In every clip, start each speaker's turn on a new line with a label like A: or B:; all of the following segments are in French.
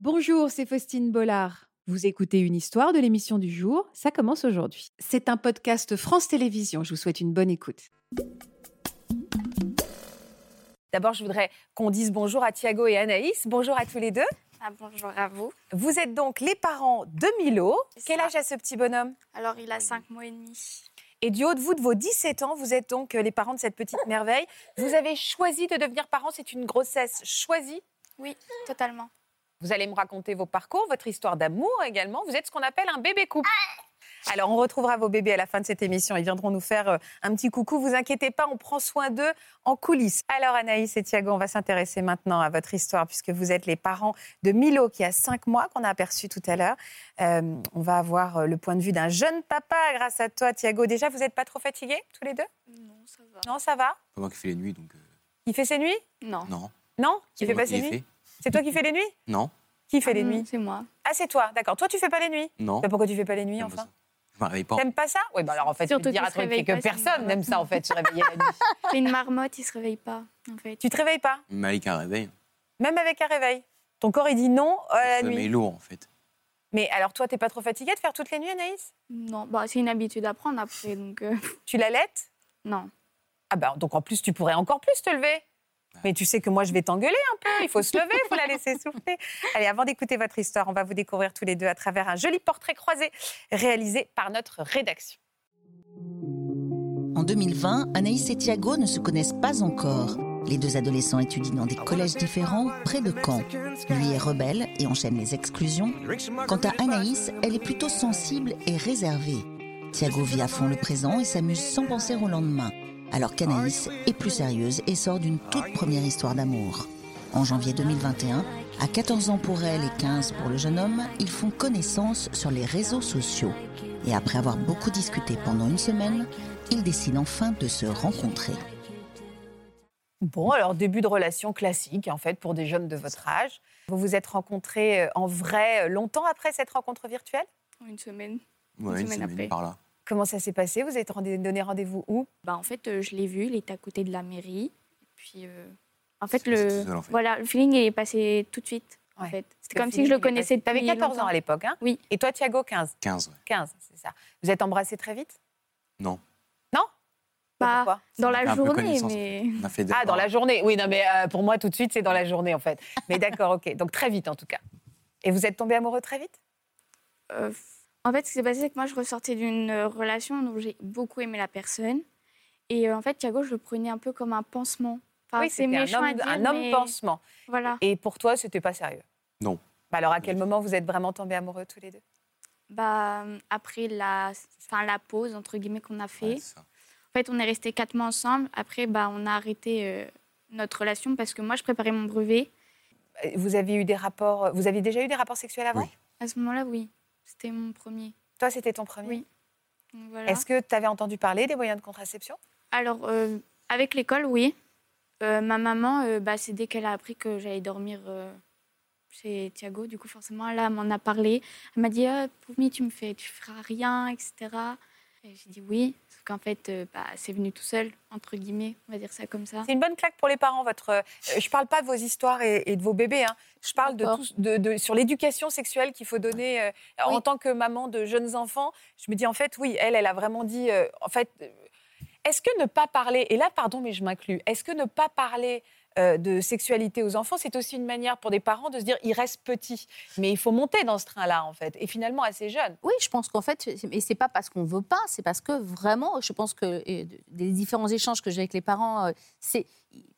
A: Bonjour, c'est Faustine Bollard. Vous écoutez une histoire de l'émission du jour, ça commence aujourd'hui. C'est un podcast France Télévisions, je vous souhaite une bonne écoute.
B: D'abord, je voudrais qu'on dise bonjour à Thiago et Anaïs. Bonjour à tous les deux.
C: Ah, bonjour à vous.
B: Vous êtes donc les parents de Milo.
C: C'est
B: Quel
C: ça.
B: âge a ce petit bonhomme
C: Alors, il a 5 mois et demi.
B: Et du haut de vous, de vos 17 ans, vous êtes donc euh, les parents de cette petite merveille. Vous avez choisi de devenir parent, c'est une grossesse choisie.
C: Oui, totalement.
B: Vous allez me raconter vos parcours, votre histoire d'amour également. Vous êtes ce qu'on appelle un bébé couple. Alors, on retrouvera vos bébés à la fin de cette émission. Ils viendront nous faire euh, un petit coucou. Vous inquiétez pas, on prend soin d'eux en coulisses. Alors, Anaïs et Thiago, on va s'intéresser maintenant à votre histoire, puisque vous êtes les parents de Milo, qui a 5 mois, qu'on a aperçu tout à l'heure. Euh, on va avoir euh, le point de vue d'un jeune papa grâce à toi, Thiago. Déjà, vous n'êtes pas trop fatigués, tous les deux
C: Non, ça va.
B: Non, ça va
D: Pas moi qui fais les nuits, donc. euh,
B: Il fait ses nuits
C: Non.
D: non.
B: Non
D: C'est
B: Il fait
D: moi
B: pas
D: qui
B: ses
D: les
B: nuits
D: fais.
B: C'est toi qui fais les nuits
D: Non,
B: Qui fait les
C: Mm,
B: nuits
C: C'est moi.
B: Ah, c'est toi, d'accord. Toi, tu fais pas les nuits
D: non.
B: Bah, Pourquoi tu fais pas les nuits,
D: j'aime pas
B: enfin
D: ça. Je me réveille pas.
B: T'aimes pas ça Oui, bah alors en fait,
C: Surtout
B: tu te dire
C: qu'on
B: un
C: se
B: truc, c'est
C: réveille
B: que
C: pas, c'est
B: personne
C: normal.
B: n'aime ça en fait, se réveiller la nuit.
C: C'est une marmotte, il se réveille pas, en fait.
B: Tu te réveilles pas,
D: Mais avec un réveil,
B: même avec un réveil. Ton corps, il dit non à la
D: le sommeil
B: nuit.
D: lourd en fait.
B: Mais alors toi, t'es pas trop fatiguée de faire toutes les nuits, Anaïs
C: Non, bah, c'est une habitude à prendre après, donc euh,
B: Tu l'allaites
C: non.
B: Ah bah donc en plus, tu pourrais encore plus te lever. Mais tu sais que moi, je vais t'engueuler un peu. Il faut se lever, il faut la laisser souffler. Allez, avant d'écouter votre histoire, on va vous découvrir tous les deux à travers un joli portrait croisé réalisé par notre rédaction.
E: En 2020, Anaïs et Thiago ne se connaissent pas encore. Les deux adolescents étudient dans des collèges différents près de Caen. Lui est rebelle et enchaîne les exclusions. Quant à Anaïs, elle est plutôt sensible et réservée. Thiago vit à fond le présent et s'amuse sans penser au lendemain, alors qu'Anaïs est plus sérieuse et sort d'une toute première histoire d'amour. En janvier 2021, à 14 ans pour elle et 15 pour le jeune homme, ils font connaissance sur les réseaux sociaux. Et après avoir beaucoup discuté pendant une semaine, ils décident enfin de se rencontrer.
B: Bon, alors début de relation classique, en fait, pour des jeunes de votre âge. Vous vous êtes rencontrés euh, en vrai euh, longtemps après cette rencontre virtuelle
C: Une semaine. Une
D: Ouais, une
C: semaine
D: semaine
C: après.
D: par là.
B: Comment ça s'est passé Vous êtes rendez- donné rendez-vous où
C: Bah, en fait, euh, je l'ai vu, il était à côté de la mairie. Puis, euh, en fait,
D: C'est passé
C: le...
D: tout seul, en fait.
C: Voilà, le feeling, il est passé tout de suite. En
B: Ouais.
C: fait. C'était comme si je le connaissais
B: Tu
C: depuis
B: avais 14 ans
C: longtemps.
B: à l'époque, hein
C: Oui.
B: Et toi, Thiago, 15
D: 15, ouais.
B: 15, c'est ça. Vous êtes embrassés très vite
D: Non.
C: Pas
B: Pourquoi
C: dans la
D: un peu
C: journée,
D: connaissance, en
C: mais...
D: On a fait
B: Ah, dans
D: d'abord-
B: la journée. Oui, non, mais euh, pour moi, tout de suite, c'est dans la journée, en fait. Mais d'accord, ok. Donc très vite, en tout cas. Et vous êtes tombés amoureux très vite
C: Euh, en fait, ce qui s'est passé, c'est que moi, je ressortais d'une euh, relation dont j'ai beaucoup aimé la personne. Et euh, en fait, Thiago, je le prenais un peu comme un pansement. Enfin,
B: Oui,
C: Ah, c'est
B: c'était
C: méchant
B: un
C: à
B: homme,
C: dire,
B: un homme
C: mais
B: pansement.
C: Voilà.
B: Et pour toi, c'était pas sérieux
D: Non.
B: Bah alors, à quel moment vous êtes vraiment tombés amoureux tous les deux
C: Bah, euh, après la, enfin, la pause, entre guillemets, qu'on a fait,
D: Ouais, c'est ça.
C: en fait, on est resté quatre mois ensemble. Après, bah, on a arrêté euh, notre relation parce que moi, je préparais mon brevet.
B: Euh, Vous avez eu des rapports euh, Vous aviez déjà eu des rapports sexuels avant
D: Oui.
C: À ce moment-là, oui. C'était mon premier.
B: Toi, c'était ton premier
C: Oui. Donc, voilà.
B: Est-ce que tu avais entendu parler des moyens de contraception
C: Alors, euh, avec l'école, oui. Euh, ma maman, euh, bah, c'est dès qu'elle a appris que j'allais dormir euh, chez Thiago, du coup, forcément, là, elle m'en a parlé. Elle m'a dit, Ah, Poumi, tu me fais, tu feras rien, etc. Et j'ai dit oui, sauf qu'en fait, euh, bah, c'est venu tout seul, entre guillemets, on va dire ça comme ça.
B: C'est une bonne claque pour les parents. Votre, euh, je parle pas de vos histoires et, et de vos bébés. hein. Je parle de,
C: D'accord.
B: tout- de- de- sur l'éducation sexuelle qu'il faut donner euh, en
C: Oui.
B: tant que maman de jeunes enfants. Je me dis en fait, oui, elle, elle a vraiment dit. euh, en fait, euh, est-ce que ne pas parler Et là, pardon, mais je m'inclus. Est-ce que ne pas parler euh, de sexualité aux enfants, c'est aussi une manière pour des parents de se dire, il reste petit, mais il faut monter dans ce train-là en fait, et finalement assez jeune.
F: Oui, je pense qu'en fait, c'est- et c'est pas parce qu'on veut pas, c'est parce que vraiment, je pense que euh, de- des différents échanges que j'ai avec les parents, euh, c'est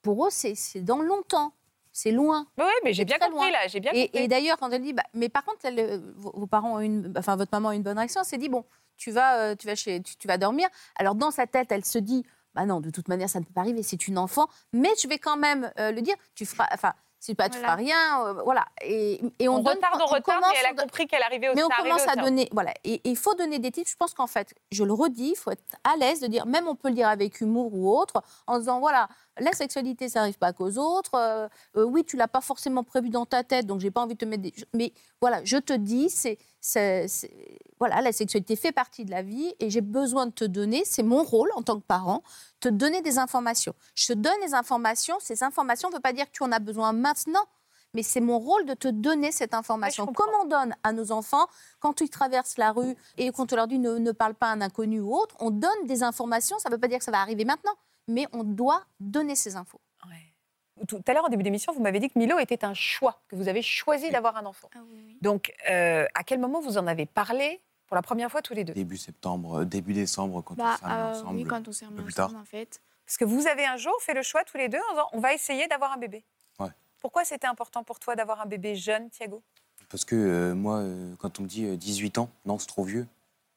F: pour eux, c'est c'est dans longtemps, c'est loin.
B: Oui, mais j'ai
F: C'est
B: bien
F: très
B: compris
F: loin.
B: là. J'ai bien
F: Et,
B: compris.
F: et d'ailleurs, quand elle dit, bah, mais par contre, elle, euh, vos vos parents ont une, enfin votre maman a une bonne réaction, elle s'est dit bon, tu vas, euh, tu vas chez, tu, tu vas dormir. Alors dans sa tête, elle se dit, bah non, de toute manière, ça ne peut pas arriver, c'est une enfant, mais je vais quand même euh, le dire, tu feras, enfin, c'est pas, tu
C: Voilà.
F: feras rien, euh, voilà. Et, et on,
B: on,
F: donne,
B: retarde, on retarde,
F: commence,
B: mais elle
F: on
B: a
F: donne-
B: compris qu'elle arrivait au
F: mais on
B: ça arrivait au
F: commence à
B: terme.
F: donner, voilà, et et il faut donner des titres. Je pense qu'en fait, je le redis, il faut être à l'aise de dire, même on peut le dire avec humour ou autre, en se disant, voilà, la sexualité, ça n'arrive pas qu'aux autres. Euh, euh, oui, tu l'as pas forcément prévu dans ta tête, donc j'ai pas envie de te mettre des. je- Mais voilà, je te dis, c'est, c'est- c'est- voilà, la sexualité fait partie de la vie et j'ai besoin de te donner, c'est mon rôle en tant que parent, te donner des informations. Je te donne les informations. Ces informations, ne veut pas dire que tu en as besoin maintenant. mais c'est mon rôle de te donner cette information.
B: Ouais, je comprends.
F: Comme on donne à nos enfants, quand ils traversent la rue et qu'on te leur dit ne, ne parle pas à un inconnu ou autre, on donne des informations. Ça ne veut pas dire que ça va arriver maintenant, mais on doit donner ces infos.
B: Ouais. Tout tout à l'heure, en début d'émission, vous m'avez dit que Milo était un choix, que vous avez choisi d'avoir un enfant.
C: Ah oui, oui.
B: Donc, euh, à quel moment vous en avez parlé pour la première fois tous les deux
D: Début septembre, euh, début décembre, quand
C: Bah,
D: on s'est remis
C: euh,
D: ensemble.
C: oui, quand on s'est remis
D: plus tard.
C: ensemble, en fait.
B: Parce que vous avez un jour fait le choix tous les deux en disant on va essayer d'avoir un bébé.
D: Ouais.
B: Pourquoi c'était important pour toi d'avoir un bébé jeune, Thiago
D: Parce que euh, moi, euh, quand on me dit euh, 18 ans, non, c'est trop vieux.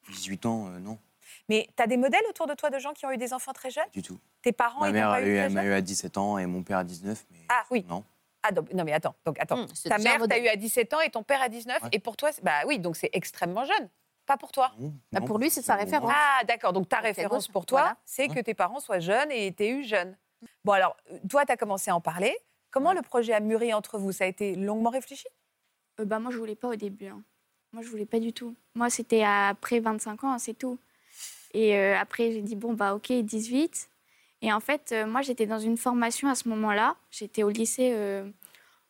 D: 18 ans, euh, non,
B: Mais tu as des modèles autour de toi de gens qui ont eu des enfants très jeunes
D: pas du tout.
B: Tes parents,
D: Ma
B: ils
D: mère
B: n'ont Oh, pas
D: a
B: eu
D: eu- E
B: très
D: elle m'a
B: jeunes
D: eu à 17 ans et mon père à 19. Mais
B: Ah oui.
D: Non,
B: Ah, donc- non, mais attends. Donc, attends.
F: Hum, c'est
B: Ta
F: déjà
B: mère
F: un
B: t'a
F: modèle.
B: eu à 17 ans et ton père à 19.
D: Ouais.
B: Et pour toi, c'est- bah oui, donc c'est extrêmement jeune. Pas pour toi.
D: non,
F: Bah,
D: non,
F: pour lui, c'est sa
D: bon,
F: référence.
B: Ah, d'accord. Donc ta
F: Donc, c'est
B: référence
F: gauche,
B: pour toi,
F: voilà.
B: c'est que
D: Ouais.
B: tes parents soient jeunes et t'aies eu jeune. Bon, alors, euh, toi, tu as commencé à en parler. Comment
D: Ouais.
B: le projet a mûri entre vous Ça a été longuement réfléchi
C: Euh, bah, moi, je voulais pas au début. hein. Moi, je voulais pas du tout. Moi, c'était après 25 ans, hein, c'est tout. Et euh, après, j'ai dit, bon, bah, ok, 18. Et en fait, euh, moi, j'étais dans une formation à ce moment-là. J'étais au lycée euh,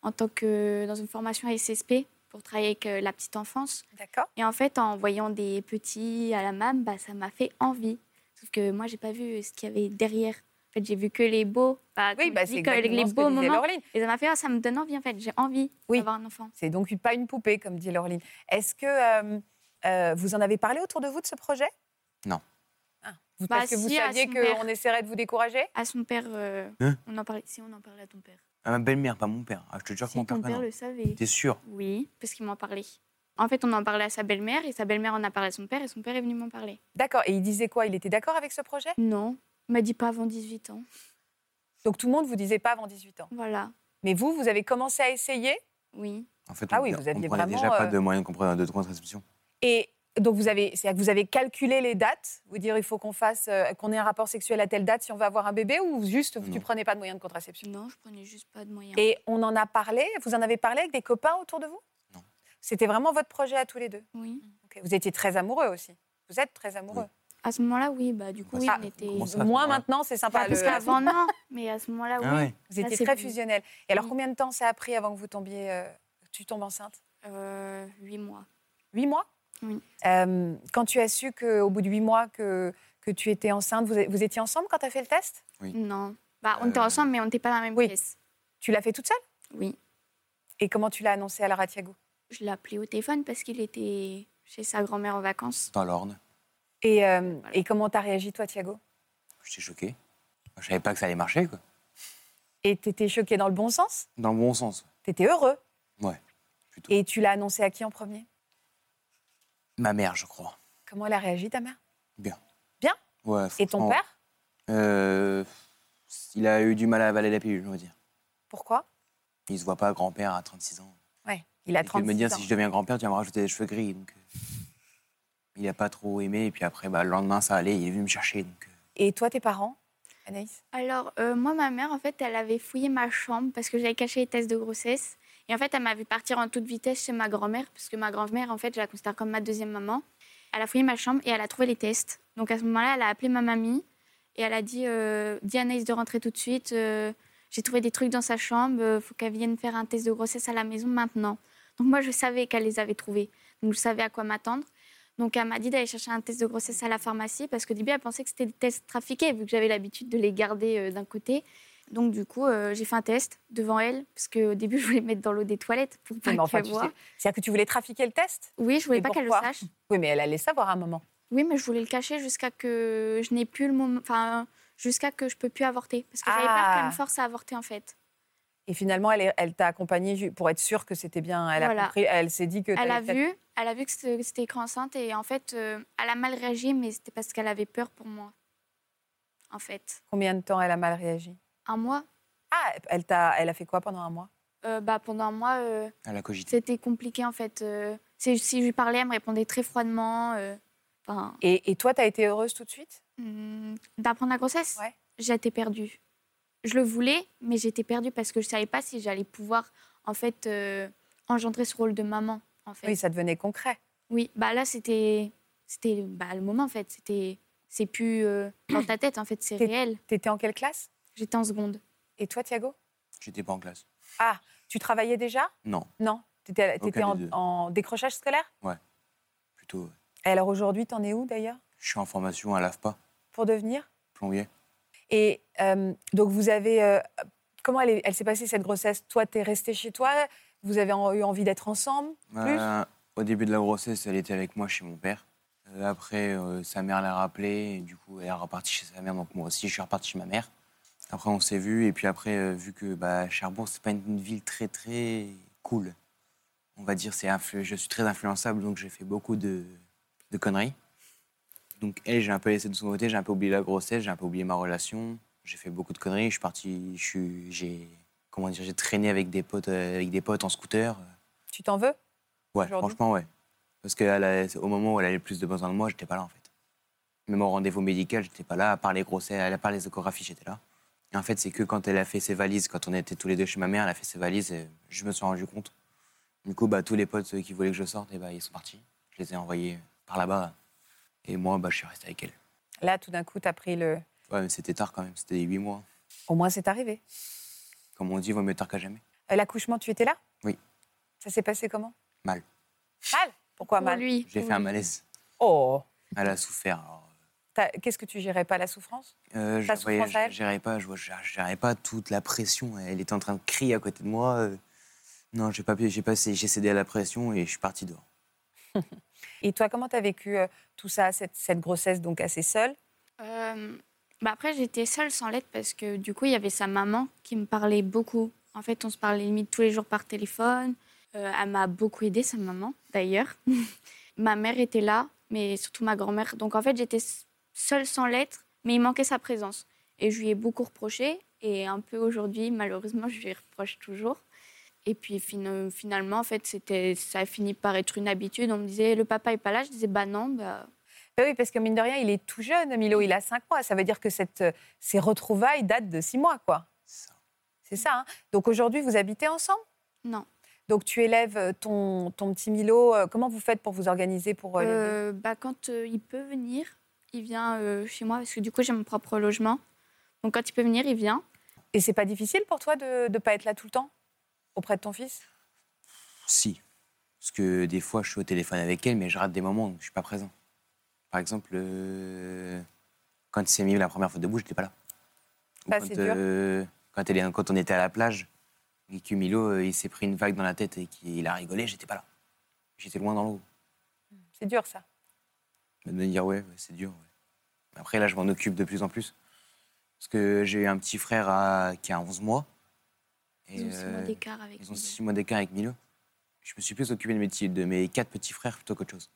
C: en tant que, dans une formation à SSP pour travailler avec euh, la petite enfance.
B: D'accord.
C: Et en fait, en voyant des petits à la MAM, bah, ça m'a fait envie. Sauf que moi, j'ai pas vu ce qu'il y avait derrière. En fait, j'ai vu que les beaux, bah,
B: Oui,
C: comme
B: bah,
C: je
B: c'est
C: dis, que les,
B: exactement ce
C: beaux
B: que disait
C: moments.
B: Laureline.
C: Et ça m'a fait, ah, ça me donne envie, en fait. J'ai envie
B: Oui.
C: d'avoir un enfant.
B: C'est donc une- pas une poupée, comme dit Laureline. Est-ce que euh, euh, vous en avez parlé autour de vous de ce projet
D: Non.
B: Ah. Vous-
C: Bah,
B: Parce que vous
C: si, à
B: saviez
C: son père.
B: qu'on essaierait de vous décourager
C: À son père, euh,
D: Hein
C: on en parlait. Si, on en parlait à ton père.
D: À ma belle-mère, pas mon père. Ah, je te jure que
C: Si,
D: mon père,
C: ton
D: pas,
C: père
D: non.
C: le savait.
D: T'es sûr
C: Oui, parce qu'il m'en parlait. En fait, on en parlait à sa belle-mère, et sa belle-mère en a parlé à son père, et son père est venu m'en parler.
B: D'accord. Et il disait quoi Il était d'accord avec ce projet
C: Non, il m'a dit pas avant 18 ans.
B: Donc tout le monde vous disait pas avant 18 ans.
C: Voilà,
B: Mais vous, vous avez commencé à essayer
C: oui.
D: En fait,
B: Ah
D: on
B: oui,
D: ne
B: vous aviez
D: comprenait déjà
B: vraiment,
D: pas
B: euh,
D: de moyen de comprendre de contraception.
B: Et donc vous avez, c'est-à-dire que vous avez calculé les dates, vous dire il faut qu'on fasse, euh, qu'on ait un rapport sexuel à telle date si on veut avoir un bébé, ou juste vous
D: Non.
B: ne prenez pas de moyens de contraception.
C: Non, je prenais juste pas de moyens.
B: Et on en a parlé, vous en avez parlé avec des copains autour de vous
D: Non.
B: C'était vraiment votre projet à tous les deux.
C: Oui.
B: Ok, Vous étiez très amoureux aussi. Vous êtes très amoureux.
C: À ce moment-là, oui, bah du coup,
D: Bah,
C: oui,
D: ça,
C: on était. Bah,
D: comment ça,
B: Moins
D: ouais.
B: maintenant, c'est sympa.
C: Parce
B: le-
C: qu'avant, non, mais à ce moment-là, oui.
D: Ah ouais.
B: Vous
C: Là,
B: étiez
C: c'est
B: très
C: plus-
B: fusionnel. Et alors
C: Oui.
B: combien de temps ça a pris avant que vous tombiez, euh, que tu tombes enceinte
C: Euh, huit mois.
B: Huit mois
C: Oui.
B: Euh, quand tu as su qu'au bout de huit mois que, que tu étais enceinte, vous, vous étiez ensemble quand tu as fait le test
C: Non. Bah, on était
D: Euh,
C: ensemble, mais on n'était pas dans la même
B: oui.
C: pièce.
B: Tu l'as fait toute seule
C: Oui.
B: Et comment tu l'as annoncé à Lara Thiago
C: Je l'ai appelé au téléphone parce qu'il était chez sa grand-mère en vacances.
D: Dans l'orne,
B: et, euh,
C: Voilà.
B: et comment t'as réagi, toi, Thiago
D: j'étais choqué. Je savais pas que ça allait marcher, quoi.
B: Et t'étais choqué dans le bon sens
D: Dans le bon sens,
B: T'étais heureux
D: plutôt.
B: Et tu l'as annoncé à qui en premier
D: Ma mère, je crois.
B: Comment elle a réagi, ta mère
D: Ouais,
B: Et ton
D: franchement,
B: père
D: euh, Il a eu du mal à avaler la pilule, on va dire.
B: Pourquoi
D: Il se voit pas grand-père à 36 ans.
B: Ouais, il a
D: Il
B: 36
D: me dire
B: ans.
D: si je deviens grand-père, tu vas me rajouter des cheveux gris. Donc, euh, il n'a pas trop aimé. Et puis après, bah, le lendemain, ça allait. Il est venu me chercher. Donc, euh,
B: Et toi, tes parents, Anaïs
C: Alors, euh, moi, ma mère, en fait, elle avait fouillé ma chambre parce que j'avais caché les tests de grossesse. Et en fait, elle m'a vu partir en toute vitesse chez ma grand-mère, parce que ma grand-mère, en fait, je la considère comme ma deuxième maman. Elle a fouillé ma chambre et elle a trouvé les tests. Donc, à ce moment-là, elle a appelé ma mamie et elle a dit euh, Dis à Anaïs de rentrer tout de suite. euh, J'ai trouvé des trucs dans sa chambre. euh, faut qu'elle vienne faire un test de grossesse à la maison maintenant. Donc, moi, je savais qu'elle les avait trouvés. Donc, je savais à quoi m'attendre. Donc, elle m'a dit d'aller chercher un test de grossesse à la pharmacie parce que début, elle pensait que c'était des tests trafiqués vu que j'avais l'habitude de les garder euh, d'un côté. Donc, du coup, euh, j'ai fait un test devant elle parce qu'au début, je voulais mettre dans l'eau des toilettes pour pas
B: Ah, Mais enfin,
C: qu'elle
B: tu
C: voit.
B: sais- C'est-à-dire que tu voulais trafiquer le test
C: Oui, je voulais
B: Et
C: pas qu'elle le
B: pourquoi
C: sache.
B: Oui, mais elle allait savoir à un moment.
C: Oui, mais je voulais le cacher jusqu'à que je n'ai plus le moment. Enfin, jusqu'à que je peux plus avorter parce que j'avais peur
B: Ah.
C: qu'elle me force à avorter en fait.
B: Et finalement, elle, est- elle t'a accompagnée ju- pour être sûre que c'était bien. Elle
C: Voilà.
B: a compris, elle s'est dit que
C: Elle
B: t'allais
C: a
B: peut-être-
C: vu, elle a vu que c'était- c'était écrit enceinte et en fait, euh, elle a mal réagi, mais c'était parce qu'elle avait peur pour moi. En fait,
B: Combien de temps elle a mal réagi
C: un mois,
B: Ah, elle t'a, elle a fait quoi pendant un mois
C: euh, bah pendant un mois. euh,
D: elle a cogité.
C: C'était compliqué en fait. Euh, c'est- si je lui parlais, elle me répondait très froidement. euh, Enfin,
B: Et, et toi, t'as été heureuse tout de suite
C: hmm, d'apprendre la grossesse,
B: Ouais.
C: j'étais perdue. Je le voulais, mais j'étais perdue parce que je savais pas si j'allais pouvoir en fait euh, engendrer ce rôle de maman. En fait.
B: Oui, ça devenait concret.
C: Oui, bah là c'était c'était bah, le moment en fait. C'était c'est plus euh, dans ta tête en fait, c'est
B: T'es-
C: réel.
B: T'étais en quelle classe
C: J'étais en seconde.
B: Et toi, Thiago
D: J'étais pas en classe.
B: Tu travaillais déjà
D: Non,
B: Non. Tu étais,
D: Aucun des
B: en,
D: deux.
B: en décrochage scolaire
D: plutôt. euh,
B: Et alors aujourd'hui, t'en es où d'ailleurs
D: Je suis en formation à l'AFPA,
B: pour devenir
D: plombier.
B: Et euh, donc vous avez... euh, comment elle, est- elle s'est passée cette grossesse Toi, t'es resté chez toi Vous avez en- eu envie d'être ensemble
D: Euh, au début de la grossesse, elle était avec moi chez mon père. Euh, après, euh, sa mère l'a rappelée, et du coup, elle est repartie chez sa mère, donc moi aussi, je suis reparti chez ma mère. Après, on s'est vus, et puis après, euh, vu que bah, Charbon, c'est pas une ville très, très cool, on va dire, c'est influ- je suis très influençable, donc j'ai fait beaucoup de, de conneries. Donc, elle, j'ai un peu laissé de son côté, j'ai un peu oublié la grossesse, j'ai un peu oublié ma relation, j'ai fait beaucoup de conneries, je suis parti, je suis- j'ai, comment dire, j'ai traîné avec des potes, euh, avec des potes en scooter.
B: Tu t'en veux
D: Ouais,
B: aujourd'hui
D: franchement, ouais. Parce qu'au moment où elle avait le plus de besoin de moi, j'étais pas là, en fait. Même au rendez-vous médical, j'étais pas là. À part les grossesses, à part les échographies, j'étais là. Et en fait, c'est que quand elle a fait ses valises, quand on était tous les deux chez ma mère, elle a fait ses valises, et je me suis rendu compte. Du coup, bah, tous les potes ceux qui voulaient que je sorte, et bah, ils sont partis. Je les ai envoyés par là-bas. Et moi, bah, je suis resté avec elle.
B: Là, tout d'un coup, t'as pris le...
D: Ouais, mais c'était tard quand même, c'était 8 mois.
B: Au moins, c'est arrivé.
D: Comme on dit, vaut mieux tard qu'à jamais.
B: Euh, L'accouchement, tu étais là
D: Oui.
B: Ça s'est passé comment
D: Mal.
B: Mal Pourquoi
C: Pour
B: mal
C: lui.
D: J'ai
C: pour
D: fait un
C: lui.
D: malaise.
B: Oh
D: Elle a souffert. alors,
B: T'as- Qu'est-ce que tu gérais pas la souffrance
D: Euh, je
B: Ta
D: la voyais-
B: souffrance à elle
D: je gérais pas, je vois- je gérais pas toute la pression. Elle était en train de crier à côté de moi. euh, Non, j'ai pas pu- j'ai passé, j'ai cédé à la pression et je suis parti dehors.
B: Et toi, comment t'as vécu euh, tout ça, cette, cette grossesse donc assez seule
C: Euh, bah après, j'étais seule sans l'aide parce que du coup, il y avait sa maman qui me parlait beaucoup. En fait, on se parlait limite tous les jours par téléphone. Euh, elle m'a beaucoup aidée, sa maman, d'ailleurs. ma mère était là, mais surtout ma grand-mère. Donc en fait, j'étais s- seule sans l'être, mais il manquait sa présence. Et je lui ai beaucoup reproché. Et un peu aujourd'hui, malheureusement, je lui reproche toujours. Et puis fin- finalement, en fait, c'était, ça a fini par être une habitude. On me disait, le papa est pas là. Je disais, bah non, bah,
B: Bah Oui, parce que mine de rien, il est tout jeune, Milo, il a 5 mois. Ça veut dire que cette, euh, ces retrouvailles datent de 6 mois, quoi.
D: Ça.
B: C'est ça. hein donc aujourd'hui, vous habitez ensemble
C: Non.
B: Donc tu élèves euh, ton, ton petit Milo. euh, Comment vous faites pour vous organiser pour euh, l'élever
C: Euh, bah, Quand euh, il peut venir, il vient euh, chez moi parce que du coup j'ai mon propre logement. Donc quand il peut venir, il vient.
B: Et c'est pas difficile pour toi de ne pas être là tout le temps auprès de ton fils
D: Si. Parce que des fois, je suis au téléphone avec elle, mais je rate des moments, donc je suis pas présent. Par exemple, euh, quand il s'est mis la première fois debout, j'étais pas là. Ou
B: Ça,
D: quand,
B: c'est dur.
D: euh, quand, elle est- quand on était à la plage et que Milo, euh, il s'est pris une vague dans la tête et qu'il a rigolé, j'étais pas là. J'étais loin dans l'eau.
B: C'est dur, ça.
D: Mais de me dire, ouais, ouais, c'est dur. ouais. Après, là, je m'en occupe de plus en plus. Parce que j'ai eu un petit frère à- qui a 11 mois. Et,
C: Ils ont six mois
D: euh,
C: d'écart avec
D: ils ont
C: nous.
D: six mois d'écart avec Milo. Je me suis plus occupé de mes, petits- de mes quatre petits frères plutôt qu'autre chose.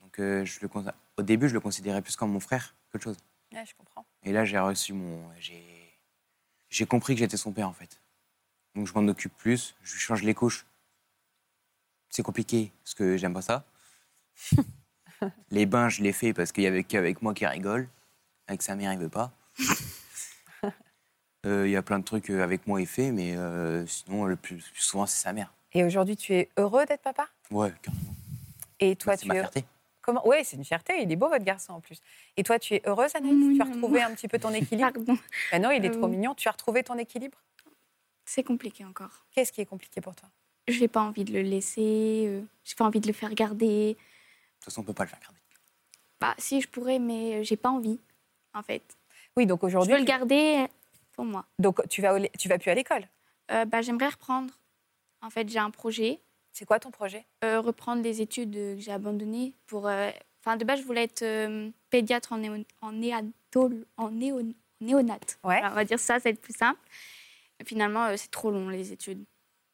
D: Donc, euh, je le, cons- au début, je le considérais plus comme mon frère qu'autre chose.
B: Ouais, je comprends.
D: Et là, j'ai reçu mon. J'ai, j'ai compris que j'étais son père, en fait. Donc, je m'en occupe plus, je lui change les couches. C'est compliqué, parce que j'aime pas ça. les bains, je les fais parce qu'il y avait qu'avec moi qui rigole. Avec sa mère, il veut pas. Euh, Il y a plein de trucs euh, avec moi, il fait, mais euh, sinon, le plus, le plus souvent, c'est sa mère.
B: Et aujourd'hui, tu es heureux d'être papa
D: Ouais, carrément.
B: Et toi,
D: Bah, c'est
B: tu
D: ma
B: es
D: fierté.
B: Comment Oui, c'est une fierté. Il est beau, votre garçon, en plus. Et toi, tu es heureuse, Anaïs
C: Oui,
B: Tu as
C: maman.
B: retrouvé un petit peu ton équilibre
C: Pardon,
B: Ben Non, il est trop
C: Euh.
B: mignon. Tu as retrouvé ton équilibre
C: c'est compliqué encore.
B: Qu'est-ce qui est compliqué pour toi
C: Je n'ai pas envie de le laisser, euh, j'ai pas envie de le faire garder.
D: De toute façon, on peut pas le faire garder.
C: Bah si je pourrais, mais euh, j'ai pas envie en fait.
B: Oui, donc
C: Je veux
B: aujourd'hui,
C: le garder pour moi.
B: donc tu vas, au lait- tu vas plus à l'école.
C: Euh, bah, j'aimerais reprendre. En fait, j'ai un projet.
B: C'est quoi ton projet
C: euh, reprendre les études euh, que j'ai abandonnées pour. euh, Enfin, de base, je voulais être euh, pédiatre en, néon, en, néatol- en néon- néonate.
B: Ouais.
C: Voilà, on va dire ça, ça va être plus simple. Finalement, euh, c'est trop long, les études.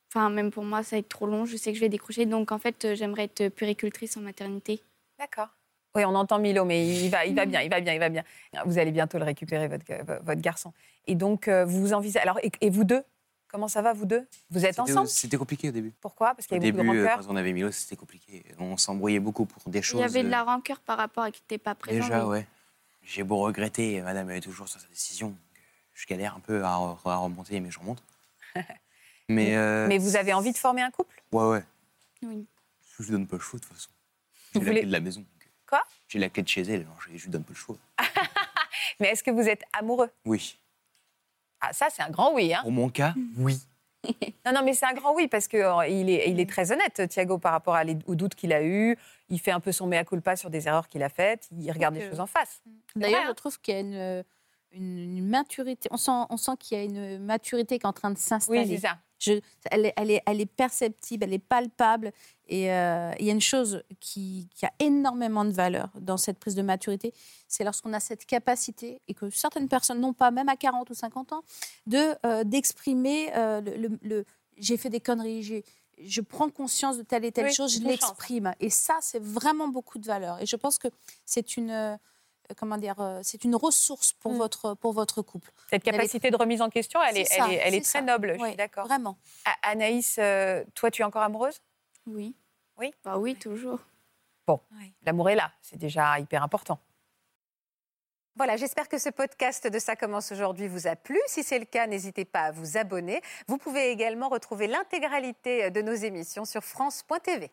C: Enfin, même pour moi, ça va être trop long. Je sais que je vais décrocher. Donc, en fait, euh, j'aimerais être puricultrice en maternité.
B: D'accord. Oui, on entend Milo, mais il va, il va
C: Mm.
B: bien, il va bien, il va bien. Vous allez bientôt le récupérer, votre, ga- vo- votre garçon. Et donc, euh, vous vous envisagez. Alors, et, et vous deux Comment ça va, vous deux Vous êtes
D: C'était-
B: ensemble
D: C'était compliqué au début.
B: Pourquoi Parce qu'il
D: Au
B: y avait beaucoup
D: début,
B: de
D: euh,
B: rancœur.
D: quand on avait Milo, c'était compliqué. On s'embrouillait beaucoup pour des choses.
C: Il y avait de
D: euh,
C: la rancœur par rapport à qui n'était pas présent.
D: Déjà,
C: mais
D: ouais. J'ai beau regretter, madame est toujours sur sa décision. Je galère un peu à, re- à remonter, mais je remonte. mais, euh,
B: Mais vous avez envie de former un couple
D: Ouais, ouais.
C: oui.
D: Je lui donne pas le choix, de toute façon.
B: Vous
D: J'ai la
B: voulez-
D: clé de la maison. donc.
B: Quoi
D: J'ai la clé de chez elle, alors je, je lui donne pas le choix.
B: Mais est-ce que vous êtes amoureux
D: Oui.
B: Ah, ça, c'est un grand oui. Hein
D: Pour mon cas, oui.
B: Non, non, mais c'est un grand oui parce qu'il est, il est très honnête, Thiago, par rapport à les- aux doutes qu'il a eus. Il fait un peu son mea culpa sur des erreurs qu'il a faites. Il regarde
C: Donc,
B: les
C: euh,
B: choses en face.
F: D'ailleurs,
B: vrai,
F: je trouve qu'il y a une, euh, une- une maturité. On sent, on sent qu'il y a une maturité qui est en train de s'installer.
B: Oui, c'est ça.
F: Je- elle, est, elle est- elle est perceptible, elle est palpable. Et euh, il y a une chose qui, qui a énormément de valeur dans cette prise de maturité, c'est lorsqu'on a cette capacité, et que certaines personnes n'ont pas, même à 40 ou 50 ans, de, euh, d'exprimer euh, le, le- le- j'ai fait des conneries, j'ai- je prends conscience de telle et telle
B: Oui,
F: chose, je
B: une conscience.
F: l'exprime. Et ça, c'est vraiment beaucoup de valeur. Et je pense que c'est une, euh, comment dire, euh, c'est une ressource pour,
B: Mm.
F: votre, pour votre couple.
B: Cette
F: Elle est-
B: capacité de remise en question, elle est,
F: C'est
B: elle
F: ça,
B: est, elle est
F: c'est
B: très
F: ça.
B: noble, je
F: Ouais,
B: suis d'accord.
F: Vraiment.
B: A- Anaïs, euh, toi, tu es encore amoureuse
C: Oui.
B: Oui.
C: Bah oui, toujours.
B: L'amour est là, c'est déjà hyper important. Voilà, j'espère que ce podcast de Ça commence aujourd'hui vous a plu. Si c'est le cas, n'hésitez pas à vous abonner. Vous pouvez également retrouver l'intégralité de nos émissions sur France.tv.